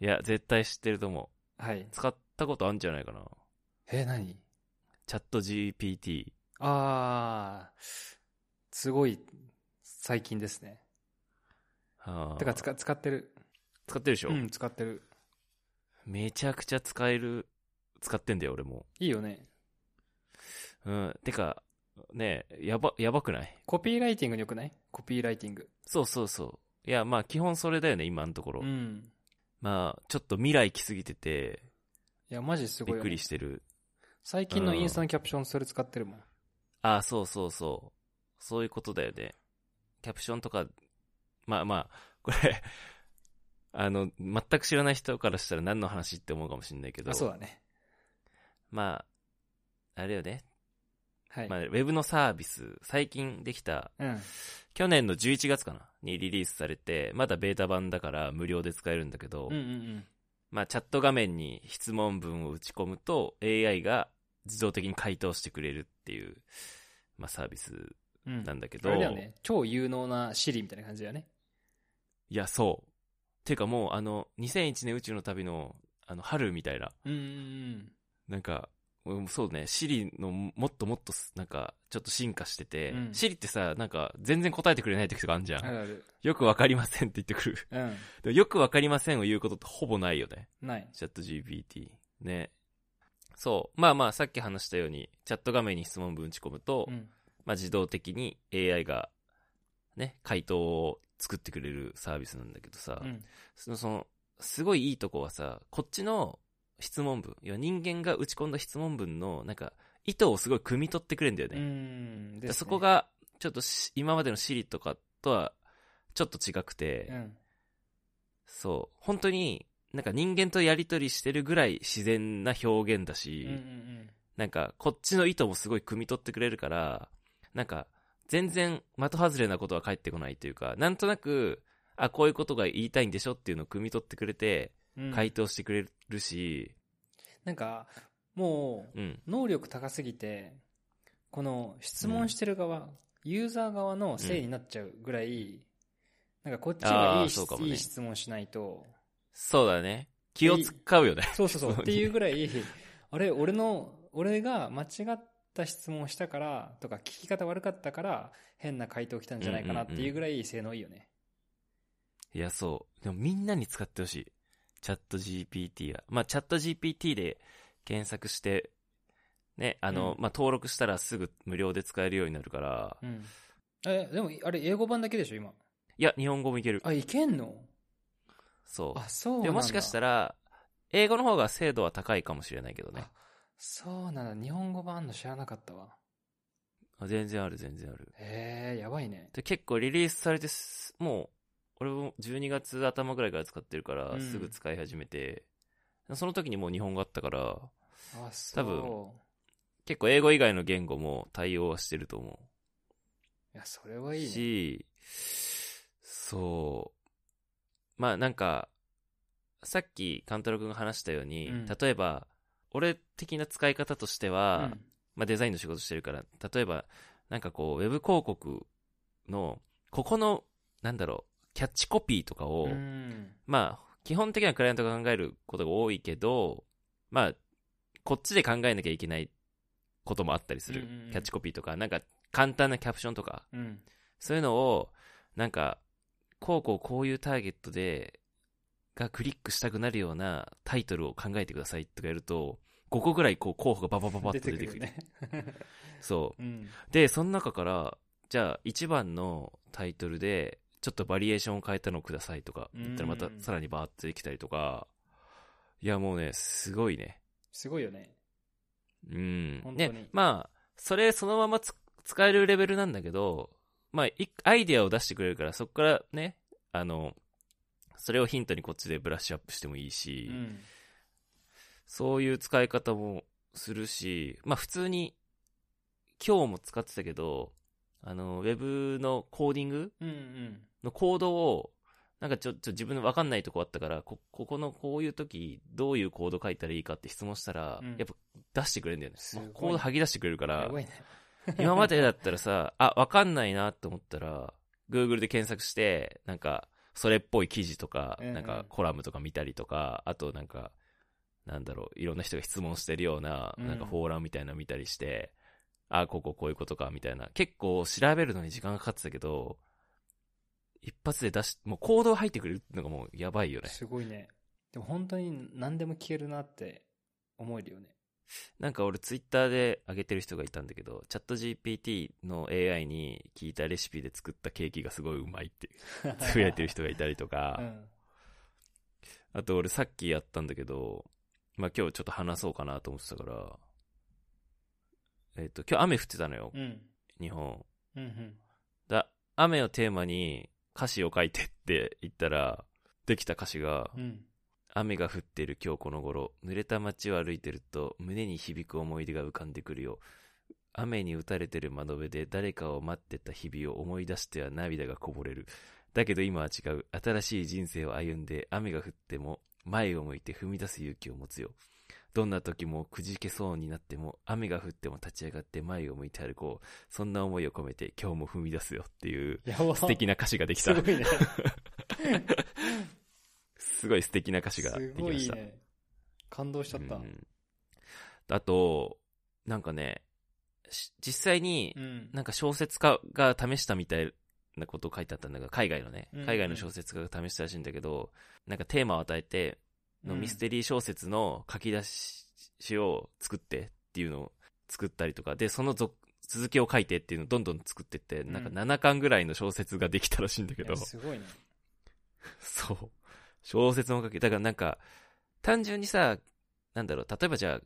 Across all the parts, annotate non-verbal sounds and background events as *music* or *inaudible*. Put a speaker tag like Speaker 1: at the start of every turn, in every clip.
Speaker 1: いや、絶対知ってると思
Speaker 2: はい。
Speaker 1: う。使ったことあるんじゃないかな。
Speaker 2: え、何
Speaker 1: チャット GPT。
Speaker 2: あー、すごい、最近ですね。
Speaker 1: はあ
Speaker 2: てか、使、使ってる。
Speaker 1: 使ってるでしょ、
Speaker 2: うん、使ってる。
Speaker 1: めちゃくちゃ使える、使ってんだよ、俺も。
Speaker 2: いいよね。
Speaker 1: うん。てか、ねえやば、やばくない
Speaker 2: コピーライティングによくないコピーライティング。
Speaker 1: そうそうそう。いや、まあ、基本それだよね、今のところ。
Speaker 2: うん。
Speaker 1: まあ、ちょっと未来来すぎてて、
Speaker 2: いや、マジす
Speaker 1: び
Speaker 2: ごい、
Speaker 1: っ
Speaker 2: ね。
Speaker 1: くりしてる。
Speaker 2: 最近のインスタのキャプションそれ使ってるもん。
Speaker 1: ああ、そうそうそう。そういうことだよね。キャプションとか、まあまあ、これ、あの、全く知らない人からしたら何の話って思うかもしれないけど、
Speaker 2: あ、そうだね。
Speaker 1: まあ、あれよね、
Speaker 2: はい。
Speaker 1: まあ、ウェブのサービス、最近できた、
Speaker 2: うん。
Speaker 1: 去年の11月かなにリリースされて、まだベータ版だから無料で使えるんだけど、
Speaker 2: うんうんうん。
Speaker 1: まあ、チャット画面に質問文を打ち込むと AI が自動的に回答してくれるっていう、まあ、サービス
Speaker 2: うん、
Speaker 1: なんだけ
Speaker 2: あ
Speaker 1: ど、
Speaker 2: れだよね。超有能なシリみたいな感じだよね。
Speaker 1: いや、そう。ていうかもう、あの、2001年宇宙の旅の、あの、春みたいな、
Speaker 2: うんうん
Speaker 1: なんか、うんそうね、シリのもっともっとす、なんか、ちょっと進化してて、
Speaker 2: うん
Speaker 1: シリってさ、なんか、全然答えてくれない時とかあるじゃ
Speaker 2: うん。あ
Speaker 1: ん。
Speaker 2: るある。
Speaker 1: よくわかりませんって言ってくる。
Speaker 2: う
Speaker 1: でもよくわかりませんを言うことってほぼないよね。
Speaker 2: ん。ない。
Speaker 1: チャット GPT。ね。そう。まあまあ、さっき話したように、チャット画面に質問文打ち込むと、
Speaker 2: うん。
Speaker 1: まあ自動的に AI が、ね、回答を作ってくれるサービスなんだけどさ、
Speaker 2: うん。
Speaker 1: その、その、すごいいいとこはさ、こっちの質問文、いや人間が打ち込んだ質問文の、なんか、意図をすごい汲み取ってくれるんだよ
Speaker 2: う
Speaker 1: ね。
Speaker 2: ん。ですね
Speaker 1: そこ、が、ちょっとし今までのシリとかとは、ちょっと違くて、
Speaker 2: うん。
Speaker 1: そう、本当に、なんか人間とやりとりしてるぐらい自然な表現だ
Speaker 2: う
Speaker 1: し、
Speaker 2: んうんうん。
Speaker 1: なんか、こっちの意図もすごい汲み取ってくれるから、なんか、全然的外れなことは返ってこないというか、なんとなく、あ、こういうことが言いたいんでしょっていうのを汲み取ってくれて、
Speaker 2: うん
Speaker 1: 回答してくれるし、
Speaker 2: なんか、もう、
Speaker 1: うん。
Speaker 2: 能力高すぎて、この質問してる側、ユーザー側のせいになっちゃうぐらい、なんかこっちが
Speaker 1: あ
Speaker 2: い
Speaker 1: ー
Speaker 2: いし
Speaker 1: そうかもね
Speaker 2: いい質問しないと、
Speaker 1: そうだね。気を使うよね。
Speaker 2: そうそうそう。
Speaker 1: そう
Speaker 2: っていうぐらい、 *laughs* あれ、俺の、俺が間違った質問をしたから、とか聞き方悪かったから、変な回答来たんじゃないかなっていうぐらい性能いいよね。
Speaker 1: いや、そう。でもみんなに使ってほしい。チャット GPT は。まあ、チャット GPT で検索して、ね、あの、
Speaker 2: うん
Speaker 1: まあ、登録したらすぐ無料で使えるようになるから、
Speaker 2: うん。え、でも、あれ、英語版だけでしょ、今。
Speaker 1: いや、日本語もいける。
Speaker 2: あ、いけんの
Speaker 1: そう。
Speaker 2: あ、そうなん
Speaker 1: で
Speaker 2: だ。
Speaker 1: ももしかした
Speaker 2: ら。
Speaker 1: ら、英語の方が精度は高いかもしれないけどね。
Speaker 2: そうなんだ。日本語版あんの知らなかったわ。
Speaker 1: あ全然ある、全然ある。
Speaker 2: へえ、やばいね。
Speaker 1: で、結構リリースされてす、もう、俺も12月頭ぐらいから使ってるから、
Speaker 2: うん
Speaker 1: すぐ使い始めて、その時にもう日本語あったから、
Speaker 2: あ、そ
Speaker 1: 多
Speaker 2: う。
Speaker 1: 分結構英語以外の言語も対応はしてると思
Speaker 2: いや、それは
Speaker 1: う。
Speaker 2: いいね。
Speaker 1: し、そう。まあなんか、さっき、カントロ君が話したように、
Speaker 2: うん
Speaker 1: 例えば、俺的な使い方として
Speaker 2: う
Speaker 1: は、
Speaker 2: ん。
Speaker 1: まあ、デザインの仕事してるから、例えば、なんかこう、ウェブ広告の、ここの、なんだろう、キャッチコピーとかを、
Speaker 2: うん。
Speaker 1: まあ、基本的にはクライアントが考えることが多いけど、まあ、こっちで考えなきゃいけないこともあったりする。
Speaker 2: うんうんうん
Speaker 1: キャッチコピーとか、なんか簡単なキャプションとか、
Speaker 2: うん。
Speaker 1: そういうのを、なんか、こうこうこういうターゲットで、がクリックしたくなるようなタイトルを考えてくださいとかやると、5個ぐらいこう候補がババババッと
Speaker 2: 出
Speaker 1: 出て
Speaker 2: て
Speaker 1: く
Speaker 2: く
Speaker 1: る。
Speaker 2: るね。
Speaker 1: そう。
Speaker 2: *laughs* うん。
Speaker 1: で、その中から、じゃあ1番のタイトルで、ちょっとバリエーションを変えたのをくださいとか、言ったらまた
Speaker 2: うん
Speaker 1: さらにバーってきたりとか、いやもうね、すごいね。
Speaker 2: すごいよね。
Speaker 1: うん。
Speaker 2: 本当に
Speaker 1: ね、まあ、それそのままつ使えるレベルなんだけど、まあ、いアイデアを出してくれるから、そこからね、あの、それをヒントにこっちでブラッシュアップしてもいいし
Speaker 2: う、ん。
Speaker 1: そういう使い方もするし、まあ普通に、今日も使ってたけど、あの、ウェブのコーディング
Speaker 2: うんうん。
Speaker 1: のコードを、なんかちょっと自分の分かんないとこあったから、こ、ここのこういう時、どういうコード書いたらいいかって質問したら、
Speaker 2: うん
Speaker 1: やっぱ出してくれるんだよね。
Speaker 2: すごいね
Speaker 1: コード吐き出してくれるか
Speaker 2: や
Speaker 1: ら、
Speaker 2: ばいね。 *laughs*
Speaker 1: 今までだったらさ、あ、分かんないなって思ったら、Google で検索して、なんか、それっぽい記事とか、
Speaker 2: うんうん
Speaker 1: なんかコラムとか見たりとか、あとなんか、なんだろう、いろんな人が質問してるような、
Speaker 2: うん
Speaker 1: なんかフォーラムみたいなの見たりして、あ、こここういうことか、みたいな。結構調べるのに時間がかかってたけど、一発で出し、もう行動入ってくれるのがもうやばいよね。
Speaker 2: すごいね。でも本当に何でも消えるなって思えるよね。
Speaker 1: なんか俺ツイッターで上げてる人がいたんだけど、チャット GPT の AI に聞いたレシピで作ったケーキがすごいうまいってつぶやいてる人がいたりとか、
Speaker 2: *laughs* うん。
Speaker 1: あと俺さっきやったんだけど、まあ今日ちょっと話そうかなと思ってたから、えっ、と、今日雨降ってたのよ、
Speaker 2: うん。
Speaker 1: 日本。
Speaker 2: うんうん。
Speaker 1: だ、雨をテーマに歌詞を書いてって言ったら、できた歌詞が、
Speaker 2: うん。
Speaker 1: 雨が降っている今日この頃、濡れた街を歩いてると胸に響く思い出が浮かんでくるよ。雨に打たれてる窓辺で誰かを待ってた日々を思い出しては涙がこぼれる。だけど今は違う。新しい人生を歩んで雨が降っても前を向いて踏み出す勇気を持つよ。どんな時もくじけそうになっても雨が降っても立ち上がって前を向いて歩こう。そんな思いを込めて今日も踏み出すよっていう
Speaker 2: やば
Speaker 1: 素敵な歌詞ができ
Speaker 2: す
Speaker 1: た。
Speaker 2: ごいね。
Speaker 1: すごい素敵な歌詞がですき
Speaker 2: ご
Speaker 1: ま
Speaker 2: い
Speaker 1: し
Speaker 2: い
Speaker 1: た。
Speaker 2: ね。感動しちゃった。
Speaker 1: う
Speaker 2: うん
Speaker 1: あと、なんかね、し実際に、
Speaker 2: ん。
Speaker 1: なんか小説家が試したみたいなこと書いてあったんだが、海外のね
Speaker 2: うんうん、
Speaker 1: 海外の小説家が試したらしいんだけど、なんかテーマを与えて、のミステリー小説の書き出しを作ってっていうのを作ったりとか、で、その続続きを書いてっていうのをどんどん作ってって、
Speaker 2: ん
Speaker 1: なんか7巻ぐらいの小説ができたらしいんだけ
Speaker 2: い
Speaker 1: ど
Speaker 2: や。すごいね。
Speaker 1: そう。小説も書け、だからなんか、単純にさ、なんだろう、例えばじゃあ、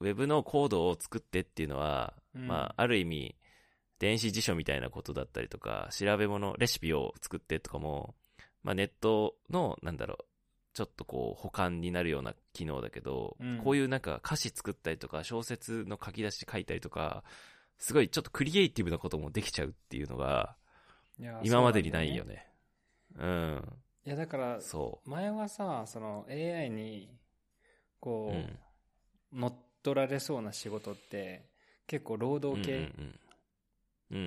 Speaker 1: ウェブのコードを作ってっていうのは、
Speaker 2: うん
Speaker 1: まあ、ある意味、電子辞書みたいなことだったりとか、調べ物、レシピを作ってとかも、まあ、ネットの、なんだろう、ちょっとこう、保管になるような機能だけど、
Speaker 2: うん
Speaker 1: こういうなんか歌詞作ったりとか、小説の書き出し書いたりとか、すごいちょっとクリエイティブなこともできちゃうっていうのが、
Speaker 2: いや
Speaker 1: 今までにないよ
Speaker 2: そうなんだ
Speaker 1: ね。うん。
Speaker 2: いや、だから、
Speaker 1: そ
Speaker 2: 前はさ、その AI に、
Speaker 1: う。
Speaker 2: こ
Speaker 1: う
Speaker 2: う、
Speaker 1: ん
Speaker 2: 乗っ取られそうな仕事って、結構労働系、
Speaker 1: うんうんうん、うんうんう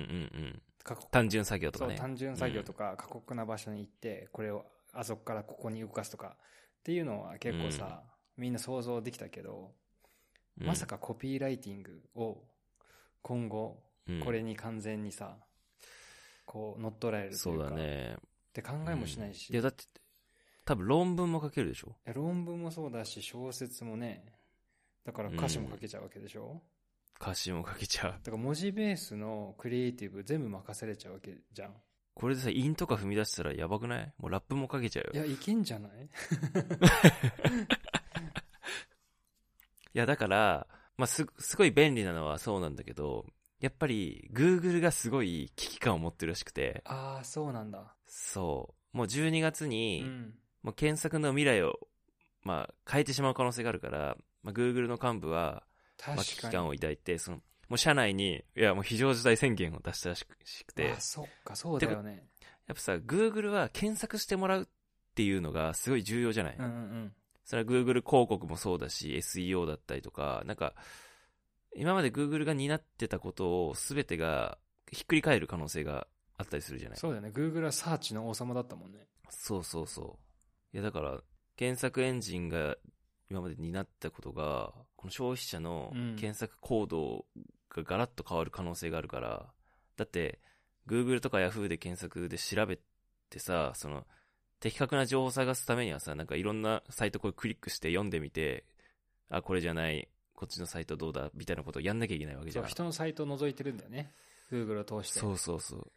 Speaker 1: ん
Speaker 2: 過酷
Speaker 1: 単純作業と
Speaker 2: そ
Speaker 1: か
Speaker 2: う
Speaker 1: ね
Speaker 2: 単純作業とか、過酷な場所に行って、これをあそこからここに動かすとかっていうのは結構さ、みんな想像できたけど、
Speaker 1: うん
Speaker 2: まさかコピーライティングを今後、
Speaker 1: うん
Speaker 2: これに完全にさ、こう乗っ取られると
Speaker 1: そ
Speaker 2: いううか
Speaker 1: だね
Speaker 2: って考えもしないし、
Speaker 1: うんいやだって多分論文も書けるでしょ
Speaker 2: いや論文もそうだし小説もねだから歌詞も書けちゃうわけでしょ、
Speaker 1: 歌詞も書けちゃう *laughs*
Speaker 2: だから文字ベースのクリエイティブ全部任せれちゃうわけじゃん
Speaker 1: これでさ韻とか踏み出したらやばくないもうラップも書けちゃうよ
Speaker 2: い
Speaker 1: いや
Speaker 2: やいけんじゃない
Speaker 1: だから、まあ、すすごい便利なのはそうなんだけどやっぱり Google がすごい危機感を持ってるらしくて
Speaker 2: ああそうなんだ
Speaker 1: そうもう12月
Speaker 2: う
Speaker 1: に、
Speaker 2: ん
Speaker 1: もう検索の未来を、まあ、変えてしまう可能性があるから、まあ、Google の幹部は
Speaker 2: 確
Speaker 1: まあ、危機
Speaker 2: かに
Speaker 1: 感を抱いて、その、もう社内に、いや、もう非常事態宣言を出したらしくしくて、や
Speaker 2: あそっかそうだよね
Speaker 1: っぱさ、Google は検索してもらうっていうのがすごい重要じゃない、
Speaker 2: うんうんうん
Speaker 1: それは Google 広告もそうだし、SEO だったりとか、なんか、今まで Google が担ってたことを全てがひっくり返る可能性があったりするじゃない
Speaker 2: そうだよね Google はサーチの王様だったもんね
Speaker 1: そうそうそう。いや、だから、検索エンジンが今まで担ったことが、この消費者の
Speaker 2: うん
Speaker 1: 検索行動がガラッと変わる可能性があるから、だって、Google とか Yahoo で検索で調べてさ、その、的確な情報を探すためにはさ、なんかいろんなサイトこうクリックして読んでみて、あ、これじゃない、こっちのサイトどうだ、みたいなことをやんなきゃいけないわけじ
Speaker 2: そ
Speaker 1: ゃ。
Speaker 2: うん人のサイトを覗いてるんだよね Google を通して
Speaker 1: そうそうそう。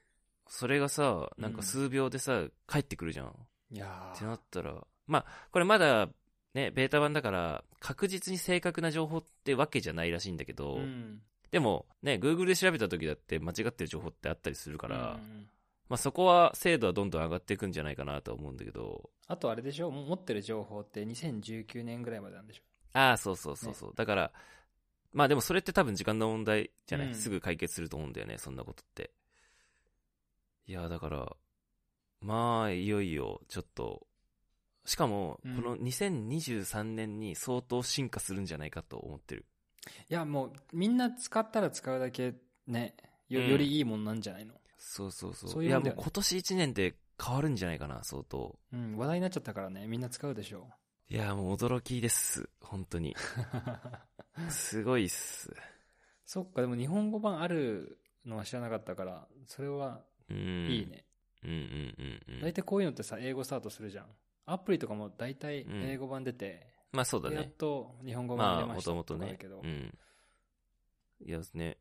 Speaker 1: それがさ、なんか数秒でさ、帰ってくるじゃん。
Speaker 2: いや
Speaker 1: って
Speaker 2: ー
Speaker 1: なったら、まあ、これまだ、ね、ベータ版だから、確実に正確な情報ってわけじゃないらしいんだけど、
Speaker 2: うん
Speaker 1: でも、ね、Google で調べた時だって間違ってる情報ってあったりするから、
Speaker 2: うんうん
Speaker 1: まあそこは精度はどんどん上がっていくんじゃないかなとは思うんだけど、
Speaker 2: あとあれでしょもう持ってる情報って2019年ぐらいまでなんでしょ
Speaker 1: ああ、そうそうそうそう。だから、まあでもそれって多分時間の問題じゃない、
Speaker 2: うん
Speaker 1: すぐ解決すると思うんだよね、そんなことって。いや、だから、まあ、いよいよ、ちょっと、しかも、
Speaker 2: うん
Speaker 1: この2023年に相当進化するんじゃないかと思ってる。
Speaker 2: いやもうみんな使ったら使うだけねよ
Speaker 1: うん
Speaker 2: よりいいもんなんじゃないの、
Speaker 1: そうそうそう。
Speaker 2: そういう
Speaker 1: や、
Speaker 2: もんだ
Speaker 1: も
Speaker 2: よ
Speaker 1: う
Speaker 2: ね
Speaker 1: 今年1年で変わるんじゃないかな、相当。
Speaker 2: うん、話題になっちゃったからね、みんな使うでしょ
Speaker 1: いやー、もう驚きです。本当に。 *laughs*
Speaker 2: う。
Speaker 1: すごいっす。
Speaker 2: そっか、でも日本語版あるのは知らなかったから、それは
Speaker 1: うん。
Speaker 2: いい。ね。
Speaker 1: うんうんうんうん
Speaker 2: 大。体こういうのってさ、英語スタートするじゃん。アプリとかも大体英語版出て、
Speaker 1: まあそうだ
Speaker 2: でやっ
Speaker 1: ね。
Speaker 2: と日本語版
Speaker 1: ま
Speaker 2: 出
Speaker 1: あ、
Speaker 2: ま
Speaker 1: も
Speaker 2: した
Speaker 1: とも
Speaker 2: と
Speaker 1: と
Speaker 2: かだ
Speaker 1: ね
Speaker 2: け。ど
Speaker 1: う。ん。いや、ね。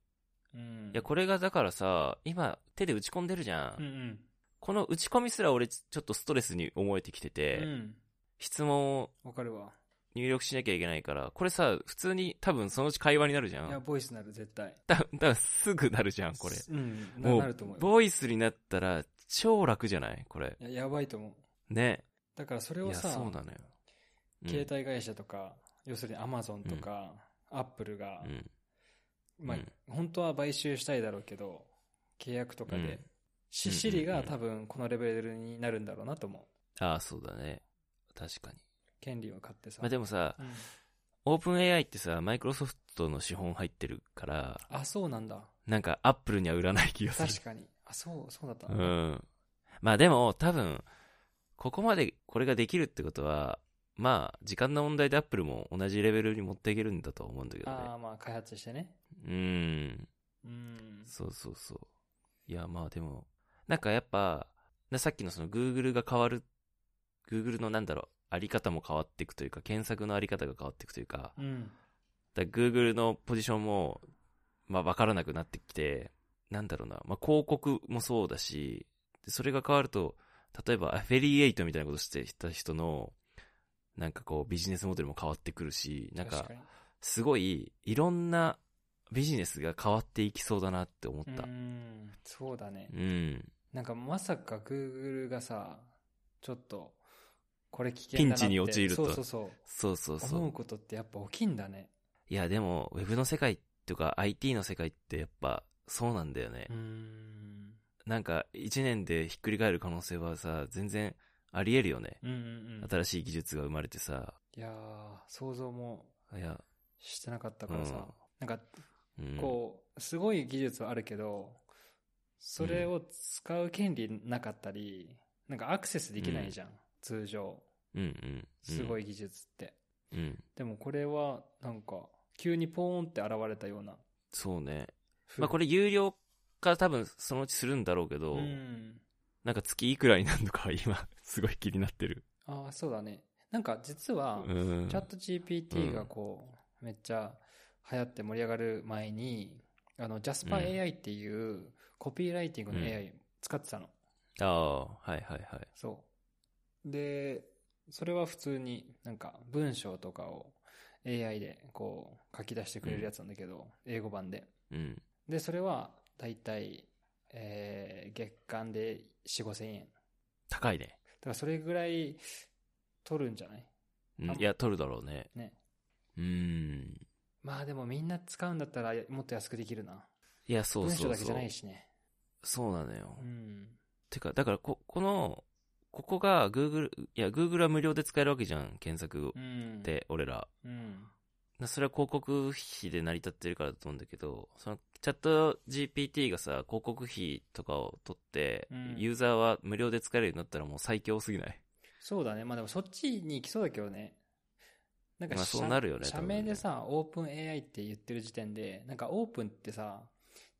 Speaker 2: うん
Speaker 1: いや、これがだからさ、今、手で打ち込んでるじゃん。
Speaker 2: うんうん。
Speaker 1: この打ち込みすら俺、ちょっとストレスに思えてきてて、
Speaker 2: うん。
Speaker 1: 質問を
Speaker 2: わかるわ。
Speaker 1: 入力しなきゃいけないから、これさ、普通に多分そのうち会話になるじゃ
Speaker 2: いや、
Speaker 1: ん。
Speaker 2: ボイスなる、絶対。
Speaker 1: 多分、多分すぐなるじゃん、これ。
Speaker 2: うん、
Speaker 1: も
Speaker 2: な
Speaker 1: う
Speaker 2: なると思うよ
Speaker 1: ボイスになったら、超楽じゃないこれ。
Speaker 2: いや。やばいと思う。
Speaker 1: ね。
Speaker 2: だからそれ
Speaker 1: い
Speaker 2: を
Speaker 1: や、
Speaker 2: さ、
Speaker 1: そうなのよ。うん
Speaker 2: 携帯会社とか、要するにアマゾンとか、アップルが、
Speaker 1: うん。
Speaker 2: まあ
Speaker 1: うん、
Speaker 2: 本当は買収したいだろうけど、契約とか
Speaker 1: う
Speaker 2: で
Speaker 1: ん、
Speaker 2: シシリが多分このレベルになるんだろうなと思う。
Speaker 1: ああ、そうだね。確かに。
Speaker 2: 権利を買ってさ。
Speaker 1: まあでもさ、
Speaker 2: うん
Speaker 1: オープン AI ってさ、マイクロソフトの資本入ってるから、
Speaker 2: あ、そうなんだ。
Speaker 1: なんかアップルには売らない気がする。
Speaker 2: 確かに。あ、そう、そうだった
Speaker 1: う
Speaker 2: な。
Speaker 1: ん。まあでも、多分、ここまでこれができるってことは、まあ、時間の問題でアップルも同じレベルに持っていけるんだとは思うんだけどね
Speaker 2: あ。あ、まあ開発してね。
Speaker 1: うん。
Speaker 2: うん。
Speaker 1: そうそうそう。いや、まあでも、なんかやっぱ、なさっきのその Google が変わる、Google のなんだろう、あり方も変わっていくというか、検索のあり方が変わっていくというか、
Speaker 2: うん。
Speaker 1: だから Google のポジションも、まあ、わからなくなってきて、なんだろうな、まあ、広告もそうだし、でそれが変わると、例えばアフェリエイトみたいなことしてた人の、なんかこう、ビジネスモデルも変わってくるし、なん
Speaker 2: 確
Speaker 1: か
Speaker 2: か、に。
Speaker 1: すごい、いろんなビジネスが変わっていきそうだなって思っ
Speaker 2: う
Speaker 1: た。
Speaker 2: ん。そうだね。
Speaker 1: うん。
Speaker 2: なんかまさか Google がさ、ちょっと、これ危険だ
Speaker 1: ピ
Speaker 2: な
Speaker 1: ン
Speaker 2: って
Speaker 1: チに陥ると
Speaker 2: そうそうそう。
Speaker 1: そうそうそ
Speaker 2: 思う
Speaker 1: う。
Speaker 2: ことってやっぱ大きいんだね。
Speaker 1: いや、でも、ウェブの世界とか IT の世界ってやっぱ、そうなんだよね。
Speaker 2: うん。
Speaker 1: なんか、一年でひっくり返る可能性はさ、全然あり得るよね。
Speaker 2: うんうんうん。
Speaker 1: 新しい技術が生まれてさ、
Speaker 2: いやー、想像も
Speaker 1: いや、
Speaker 2: してなかったからさ。なんか、
Speaker 1: うん、
Speaker 2: こう、すごい技術はあるけど、それを使う権利なかったり、なんかアクセスできないじゃん。通常。
Speaker 1: うんうん、
Speaker 2: すご
Speaker 1: い、
Speaker 2: い技術って。
Speaker 1: うん、
Speaker 2: でもこれは、なんか、急にポーンって現れたような。
Speaker 1: そうね。まあこれ有料化多分そのうちするんだろうけど、
Speaker 2: うん。
Speaker 1: なんか月いくらになるのかは今すごい気になってる。
Speaker 2: ああ、そうだね。なんか実は、
Speaker 1: うん、
Speaker 2: チャット GPT がこう、めっちゃ流行って盛り上がる前に、あの、
Speaker 1: うん
Speaker 2: JasperAI っていうコピーライティングの
Speaker 1: うん
Speaker 2: AI 使ってたの。
Speaker 1: ああ、はいはいはい。
Speaker 2: そう。で、それは普通になんか文章とかを AI でこう書き出してくれるやつなんだけど、英語版で。
Speaker 1: うん、
Speaker 2: で、それは大体、えー月間で4、5千円。
Speaker 1: 高いね。
Speaker 2: だからそれぐらい取るんじゃない
Speaker 1: うん
Speaker 2: あ
Speaker 1: いや、取るだろうね。
Speaker 2: ね。
Speaker 1: うん。
Speaker 2: まあでもみんな使うんだったらもっと安くできるな。
Speaker 1: いや、そう
Speaker 2: 文
Speaker 1: そ
Speaker 2: 章
Speaker 1: う
Speaker 2: だけじ
Speaker 1: そ
Speaker 2: ゃ
Speaker 1: う
Speaker 2: な。いしね。
Speaker 1: そうなのよ。
Speaker 2: うん。
Speaker 1: てか、だからこ、この、ここが Google、いや、Google は無料で使えるわけじゃん、検索
Speaker 2: うん。
Speaker 1: って、俺ら。
Speaker 2: うん。
Speaker 1: なそれは広告費で成り立ってるからだと思うんだけど、そのチャット GPT がさ、広告費とかを取って、
Speaker 2: うん
Speaker 1: ユーザーは無料で使えるようになったらもう最強すぎない
Speaker 2: そうだね。まあでもそっちに行きそうだけどね。なんか
Speaker 1: まあ
Speaker 2: 社
Speaker 1: そうなるよね
Speaker 2: 社
Speaker 1: 多分ね
Speaker 2: 名でさ、オープン AI って言ってる時点で、なんかオープンってさ、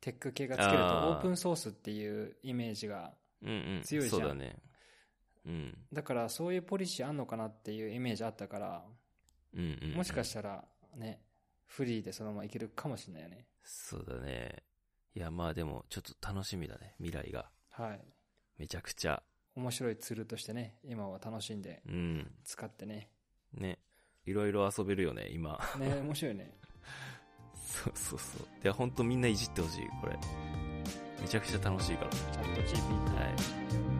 Speaker 2: テック系がつけると
Speaker 1: あー
Speaker 2: オープンソースっていうイメージが、
Speaker 1: うんうん。
Speaker 2: 強いじゃん
Speaker 1: そうだね。うん。
Speaker 2: だからそういうポリシーあんのかなっていうイメージあったから、
Speaker 1: うんうん、
Speaker 2: もしか
Speaker 1: て。
Speaker 2: したらね、フリーでそのままいけるかもしれないよね。
Speaker 1: そうだね。いや、まあでも、ちょっと楽しみだね、未来が。
Speaker 2: はい。
Speaker 1: めちゃくちゃ。
Speaker 2: 面白いツールとしてね、今は楽しんで
Speaker 1: うん。
Speaker 2: 使ってね。
Speaker 1: ね。いろいろ遊べるよね、今。 *laughs*
Speaker 2: ね、面白いね。
Speaker 1: そうそうそう。いや、ほんとみんないじってほしい、これ。めちゃくちゃ楽しいから。
Speaker 2: チャット GPT。
Speaker 1: はい。